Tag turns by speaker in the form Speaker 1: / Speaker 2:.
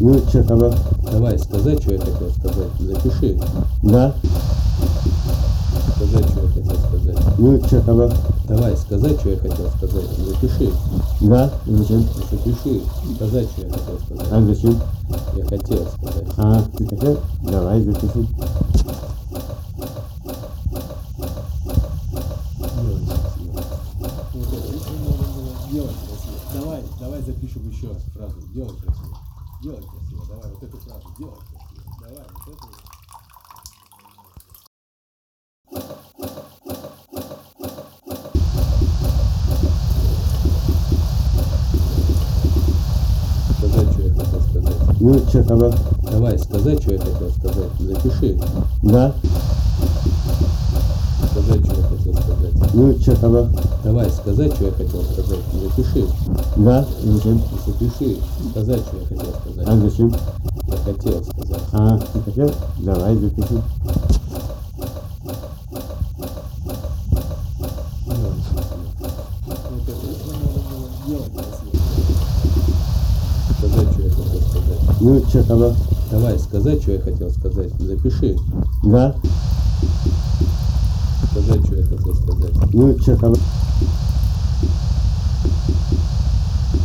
Speaker 1: Ну, что тогда?
Speaker 2: Давай, сказать, что я хотел сказать. Запиши.
Speaker 1: Да?
Speaker 2: Сказать, что я хотел сказать.
Speaker 1: Ну, что тогда?
Speaker 2: Давай, сказать, что я хотел сказать. Запиши.
Speaker 1: Да? И зачем?
Speaker 2: Запиши. Сказать, что я хотел сказать.
Speaker 1: А зачем?
Speaker 2: Я хотел сказать.
Speaker 1: А, ты хотел? Давай запишем.
Speaker 3: Вот это, если можно было делать красиво. Давай, давай запишем еще раз фразу. Делай красиво. Делай красиво. Давай вот эту фразу. Делай красиво. Давай вот эту.
Speaker 2: Сказать, что я хотел сказать.
Speaker 1: Ну, что тогда?
Speaker 2: Давай, сказать, что я хотел сказать. Запиши.
Speaker 1: Да?
Speaker 2: Сказать, что я хотел сказать.
Speaker 1: Ну, что тогда?
Speaker 2: Давай, сказать, что я хотел сказать. Запиши.
Speaker 1: Да? И зачем?
Speaker 2: Запиши. Сказать, что я хотел
Speaker 1: А
Speaker 2: сказать.
Speaker 1: зачем?
Speaker 2: Я хотел сказать.
Speaker 1: А, ты хотел? Давай запишем.
Speaker 3: Вот это, если можно было делать красиво.
Speaker 2: Сказать, что я хотел сказать.
Speaker 1: Ну, что тогда?
Speaker 2: Давай, сказать, что я хотел сказать. Запиши.
Speaker 1: Да?
Speaker 2: Сказать, что я хотел сказать.
Speaker 1: Ну, что тогда?